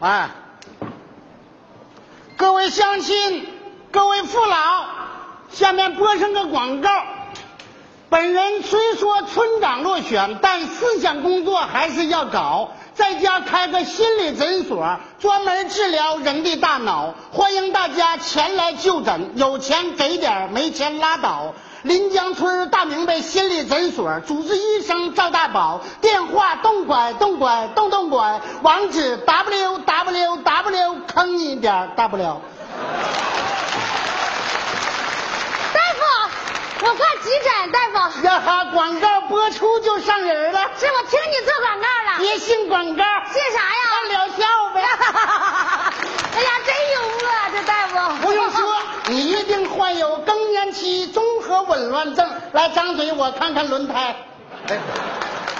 哎，各位乡亲，各位父老，下面播上个广告。本人虽说村长落选，但思想工作还是要搞，在家开个心理诊所，专门治疗人的大脑，欢迎大家前来就诊，有钱给点儿，没钱拉倒。临江村大明白心理诊所主治医生赵大宝，电话动拐动拐动动拐，网址 w w w 坑你点儿 w。大夫，我挂急诊，大夫，呀哈，广告播出就上人了，是我听你做广告了，别信广告，信啥按呀？疗 效呗。 哎呀，真幽默啊，这大夫。不用说，你一定患有更年期综合紊乱症。来，张嘴，我看看轮胎。哎，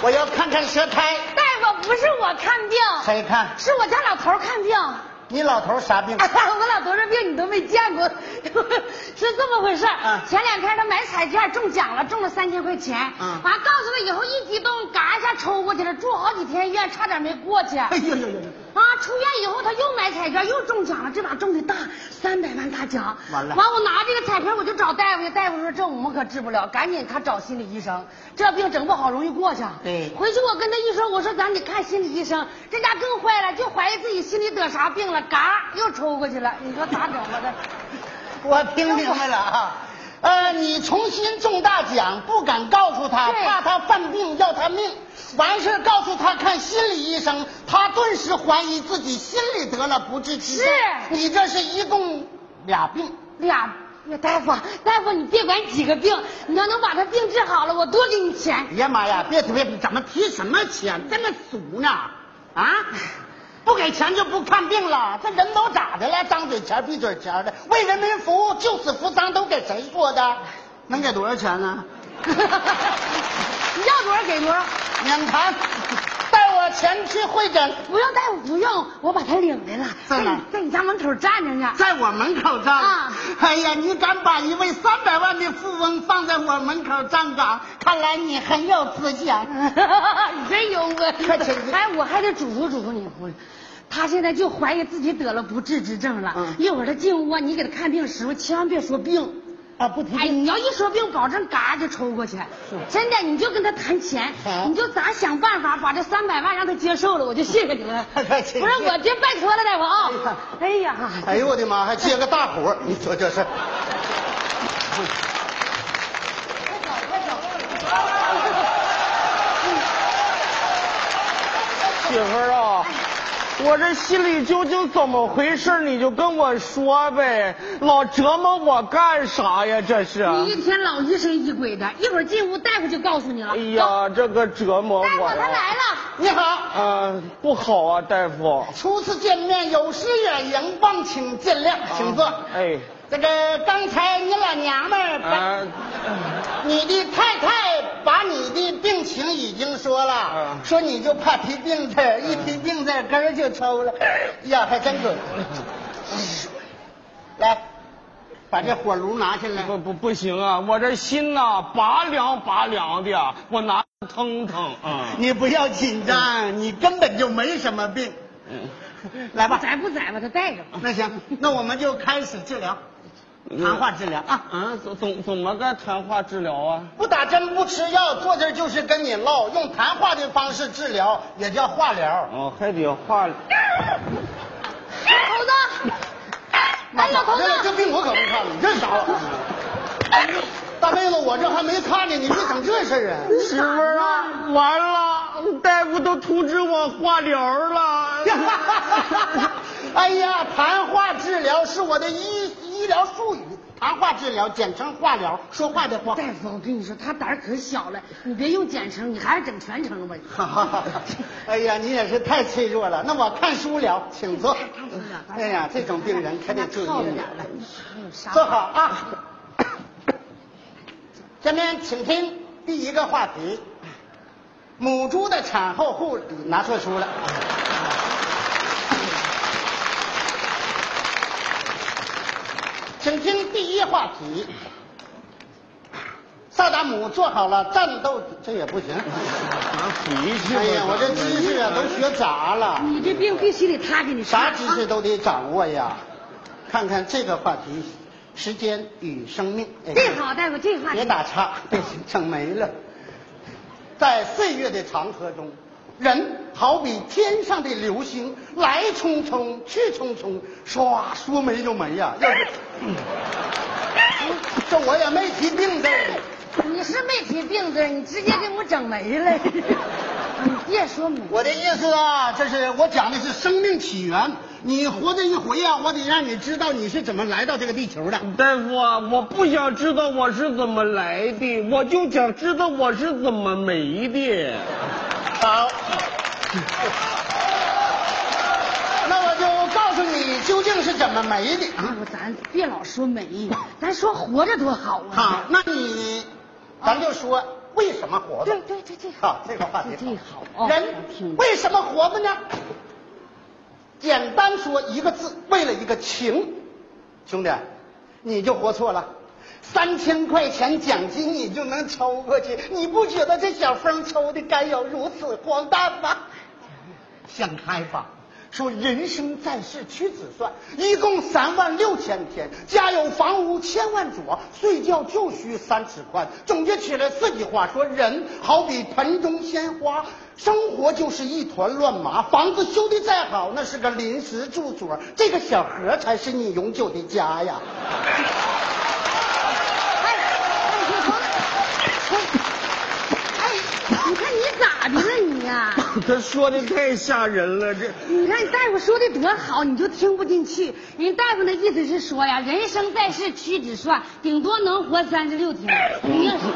我要看看舌苔。大夫不是我看病，谁看？是我家老头儿看病。你老头啥病？ 我老头儿这病你都没见过， 是这么回事儿。啊前两天他买彩券中奖了，中了三千块钱。嗯完告诉他以后一激动，嘎一下抽过去了，住好几天医院，差点没过去。哎呦呦呦！呦！啊！出院以后，他又买彩票，又中奖了。这把中的大，三百万大奖。完了完我拿这个彩票，我就找大夫去。大夫说这我们可治不了，赶紧他找心理医生。这病整不好容易过去。对回去我跟他一说，我说咱得看心理医生。这家更坏了，就怀疑自己心里得啥病了，嘎又抽过去了。你说咋整吧？这我听明白了啊。呃，你重新中大奖，不敢告诉他，对怕他犯病要他命。完事儿告诉他看心理医生，他顿时怀疑自己心里得了不治之症。是你这是一共俩病。俩。哎大夫，啊大夫，你别管几个病，你要能把他病治好了，我多给你钱。 哎呀妈呀！别别别，怎么提什么钱这么俗呢？啊，不给钱就不看病了？这人都咋的了？张嘴钱闭嘴钱的，为人民服务，救死扶伤，都给谁说的？能给多少钱呢？你要多少给多少。免谈，带我前去会诊，不用大夫，不用，我把他领来了，在哪儿你在你家门口站着呢。在我门口站。啊哎呀，你敢把一位三百万的富翁放在我门口站岗，看来你很有思想。 你真幽 默快请进！哎，我还得嘱咐嘱咐你，我他现在就怀疑自己得了不治之症了。嗯一会儿他进屋啊，你给他看病时候千万别说病。啊，不提哎，病。你要一说病，保证嘎就抽过去。真的，你就跟他谈钱好，你就咋想办法把这三百万让他接受了，我就谢谢你 了。快请进不是，我真拜托了，大夫啊！哎呀，哎呦我的妈，还接个大活儿你说这事儿。媳妇儿啊，我这心里究竟怎么回事，你就跟我说呗，老折磨我干啥呀？这是，你一天老疑神疑鬼的，一会儿进屋大夫就告诉你了。哎呀，这个折磨大夫我他呀！来了，你好，啊，不好啊，大夫。初次见面，有失远迎，望请见谅，请坐。哎，这个刚才你老娘们儿把、啊，你的太太把你的病情已经说了，啊说你就怕提病字儿，一提病字儿根儿就抽 了。呀，还真准。来，把这火炉拿下来。不不不行啊，我这心呐、拔凉拔凉的，我拿腾腾啊。你不要紧张，你根本就没什么病。嗯来吧，宰不宰吧？他带着吧。那行，那我们就开始治疗，嗯谈话治疗啊。啊，怎怎怎么个谈话治疗啊？不打针不吃药，坐这儿就是跟你唠，用谈话的方式治疗，也叫化疗。哦，还得话。老头子，哎，老头子，这病我可不看了，你这啥玩意儿？大妹子，我这还没看呢，你别整这事儿啊！ 媳妇儿啊，完了，大夫都通知我化疗了。哎呀，谈话治疗是我的医医疗术语，谈话治疗简称化疗，说话的话。 大夫，我跟你说，他胆儿可小了，你别用简称，你还是整全称吧。哈哈哈！哎呀，你也是太脆弱了。那我看书聊，请坐。哎呀，这种病人可得注意靠着了点。儿了，哎呦啥坐好啊。 下面请听第一个话题：母猪的产后护理。拿错书了。请听第一话题：萨达姆做好了战斗，这也不行。拿脾气吧哎呀，我这知识啊都学杂了，你这病必须得他给你查啥知识啊都得掌握呀。看看这个话题，时间与生命。哎这好，大夫，这话别题打岔，别整没了。在岁月的长河中，人好比天上的流星，来匆匆，去匆匆，唰，说没就没呀、要不，这我也没提病字儿呢。你是没提病字儿，你直接给我整没 了。你别说没，我的意思啊，这是我讲的是生命起源。你活着一回呀、我得让你知道你是怎么来到这个地球的。大夫啊，我不想知道我是怎么来的，我就想知道我是怎么没的。 好，那我就告诉你究竟是怎么没的。啊大夫，啊咱别老说没，咱说活着多好啊。好，那你，咱就说为什么活着对？对对，这好。啊好，这个话题这好哦我听人着为什么活着呢？简单说一个字，为了一个情。兄弟，你就活错了。三千块钱奖金你就能抽过去，你不觉得这小风抽的该有如此荒诞吗？想开吧。说人生在世屈指算，一共三万六千天，家有房屋千万左，睡觉就需三尺宽。总结起来四句话说：人好比盆中鲜花，生活就是一团乱麻。房子修的再好，那是个临时住所，这个小河才是你永久的家呀。哎，你别说哎，你看你咋的了你 呀、他说的太吓人了，这你看大夫说的多好，你就听不进去。人大夫那意思是说呀，人生在世屈指算，顶多能活三十六天。你要是，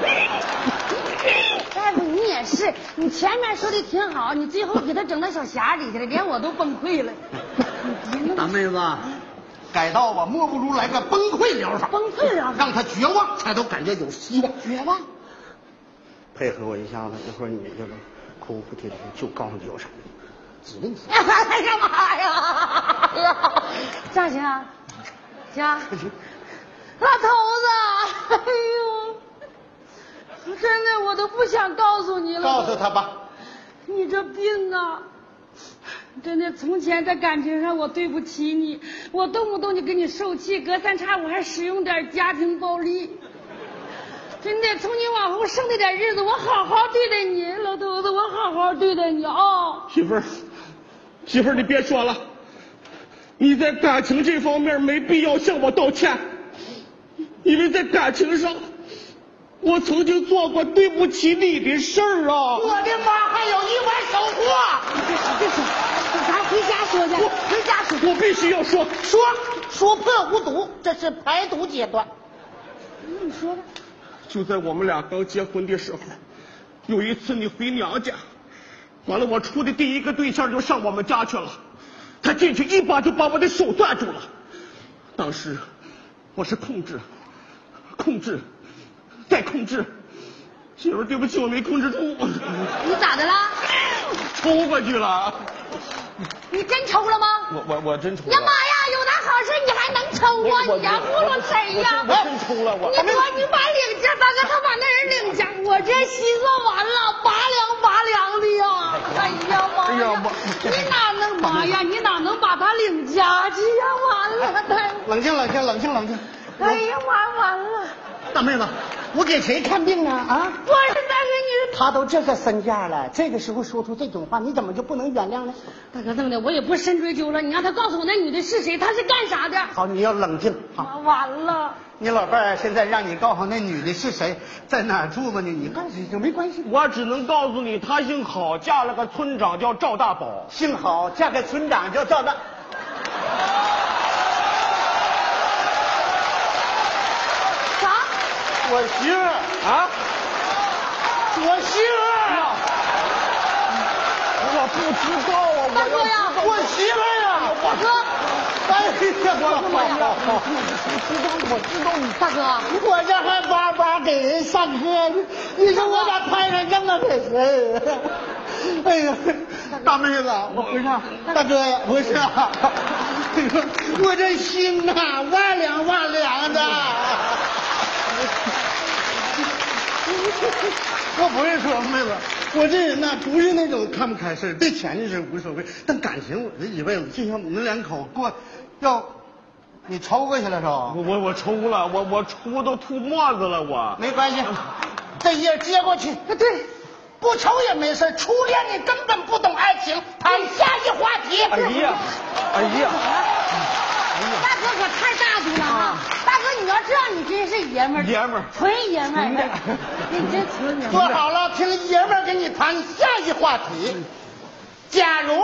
大夫你也是，你前面说的挺好，你最后给他整到小匣里去了，连我都崩溃了。你别那大么妹子，改道吧，莫不如来个崩溃疗法，崩溃啊！让他绝望，才都感觉有希望。绝望，配合我一下子，一会儿你就能哭哭啼啼，就告诉你有啥，指定是。 哎呀妈呀！这样行啊，行啊，老头子，哎呦，真的我都不想告诉你了。告诉他吧，你这病啊，真的，从前在感情上我对不起你，我动不动就跟你受气，隔三差五还使用点家庭暴力。真的，从今往后剩那点日子，我好好对待你，老头子，我好好对待你啊、媳妇儿，媳妇儿你别说了，你在感情这方面没必要向我道歉，因为在感情上，我曾经做过对不起你的事儿啊。我的妈，还有意外收获，别说，别说，咱回家说去，回家说。我必须要说说说破无毒，这是排毒阶段。你说吧，就在我们俩刚结婚的时候，有一次你回娘家，完了我处的第一个对象就上我们家去了，他进去一把就把我的手攥住了，当时我是控制，控制，再控制，媳妇儿对不起，我没控制住，你咋的了？抽过去了，你真抽了吗？我我我真抽呀妈呀，有那好事你还能抽啊？我我你呀，糊弄谁呀？我真抽了我啊你说你把领家，咱让他把那人领家，我这心算完了，拔凉拔凉的呀！哎呀妈哎呀哎呀我，你哪能妈呀？你哪能把他领家去呀？完了，他，冷静，冷静，冷静，冷静。哎呀完完了，大妹子，我给谁看病呢？啊，不是大哥你是他都这个身价了，这个时候说出这种话，你怎么就不能原谅呢？大哥，这么的，我也不深追究了。你让他告诉我那女的是谁，她是干啥的？好，你要冷静。好，妈完了，你老伴儿现在让你告诉那女的是谁，在哪儿住吧你，你告诉就没关系。我只能告诉你，他姓郝，嫁了个村长叫赵大宝。幸好嫁给村长叫赵大。啥？我媳妇儿，啊，我媳妇儿。我不知道啊，我大哥呀，我媳妇儿呀！大哥，哎呀，我我知道你大哥，我这还巴巴给人上课呢，你说我咋摊上这么个事儿？哎呀，大妹子，我不是啊大哥呀，不是啊，我这心呐、哇凉哇凉的。我不是说妹子，我这人呐，不是那种看不开事儿对钱的事儿无所谓，但感情我这一辈子，就像你们两口过，要你抽过去了是吧我？我我抽了，我我抽都吐沫子了，我没关系，这页接过去。对，不抽也没事儿。初恋你根本不懂爱情，谈下一话题。哎呀，哎呀，大哥可太大度了啊！大哥，你要这样，你真是爷们儿，爷们儿纯爷们儿纯的，你真纯爷们坐儿。好了，听爷们儿跟你谈下一话题。假如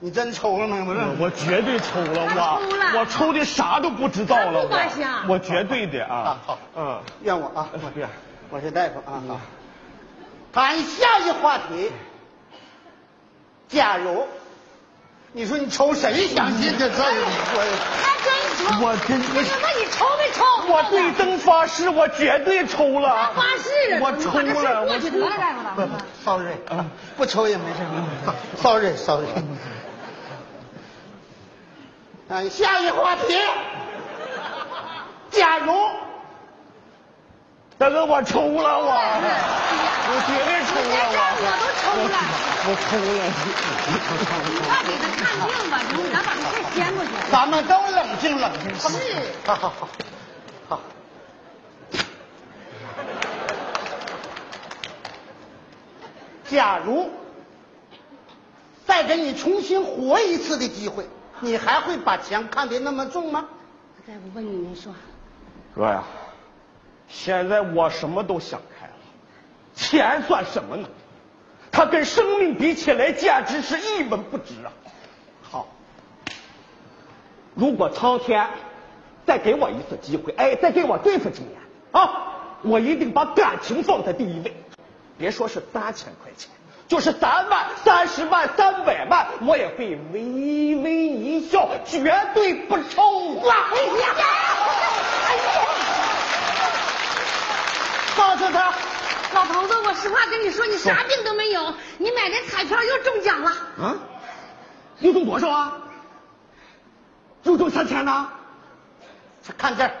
你真抽了吗？不是，我我绝对抽了，他抽了我我抽的啥都不知道他了，不扒瞎我我绝对的啊啊好，嗯，怨我啊！不要，嗯我是大夫啊。好，谈下一话题。假如你说你抽谁相信这事儿？还真抽，我真你说那你抽没抽？我对灯发誓，我绝对抽了，发誓，我抽你把这事了，儿过我去抽得了，大夫不了不。，sorry，不啊抽也没事。sorry，sorry。嗯，下一话题。假如大哥，我抽了，我哎呀我绝对抽你哎连这了，我都抽了，我我抽了，你快给他看病吧，行，咱把这事儿掀过去。咱们都冷静冷静，是好好好，好。 假如再给你重新活一次的机会，你还会把钱看得那么重吗？大夫问你，你说，哥呀，现在我什么都想开了，钱算什么呢？它跟生命比起来，简直是一文不值啊！好，如果苍天再给我一次机会，哎，再给我对付几年啊，我一定把感情放在第一位。别说是三千块钱，就是三万、三十万、三百万，我也会微微一笑，绝对不抽了。哎呀，哎告诉他，老头子，我实话跟你说，你啥病都没有，你买这彩票又中奖了。啊，又中多少啊？又中三千呢？看这儿，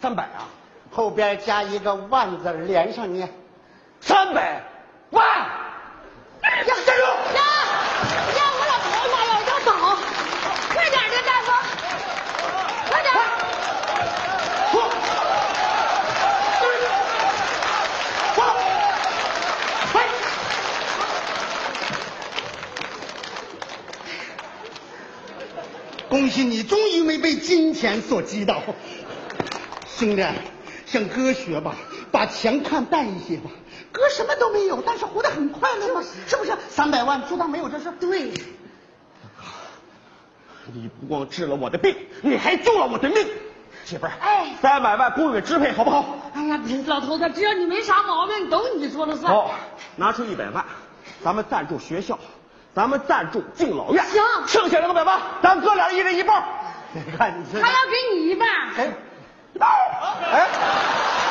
三百啊？后边加一个万字连上念。三百万？哎呀，站住！呀呀，我老头子老要倒，快点儿的大夫，快点儿！恭喜你，终于没被金钱所击倒。兄弟，向哥学吧，把钱看淡一些吧。哥什么都没有，但是活得很快乐嘛，是不是？三百万就当没有这事。对，你不光治了我的病，你还救了我的命，媳妇儿。哎三百万归我支配，好不好？哎呀，别老头子，只要你没啥毛病，都你说了算。好，拿出一百万，咱们赞助学校，咱们赞助敬老院。行剩下两百万，咱哥俩一人一半儿。你看你这他，要给你一半儿，哎，哎哎，哎啊哎啊哎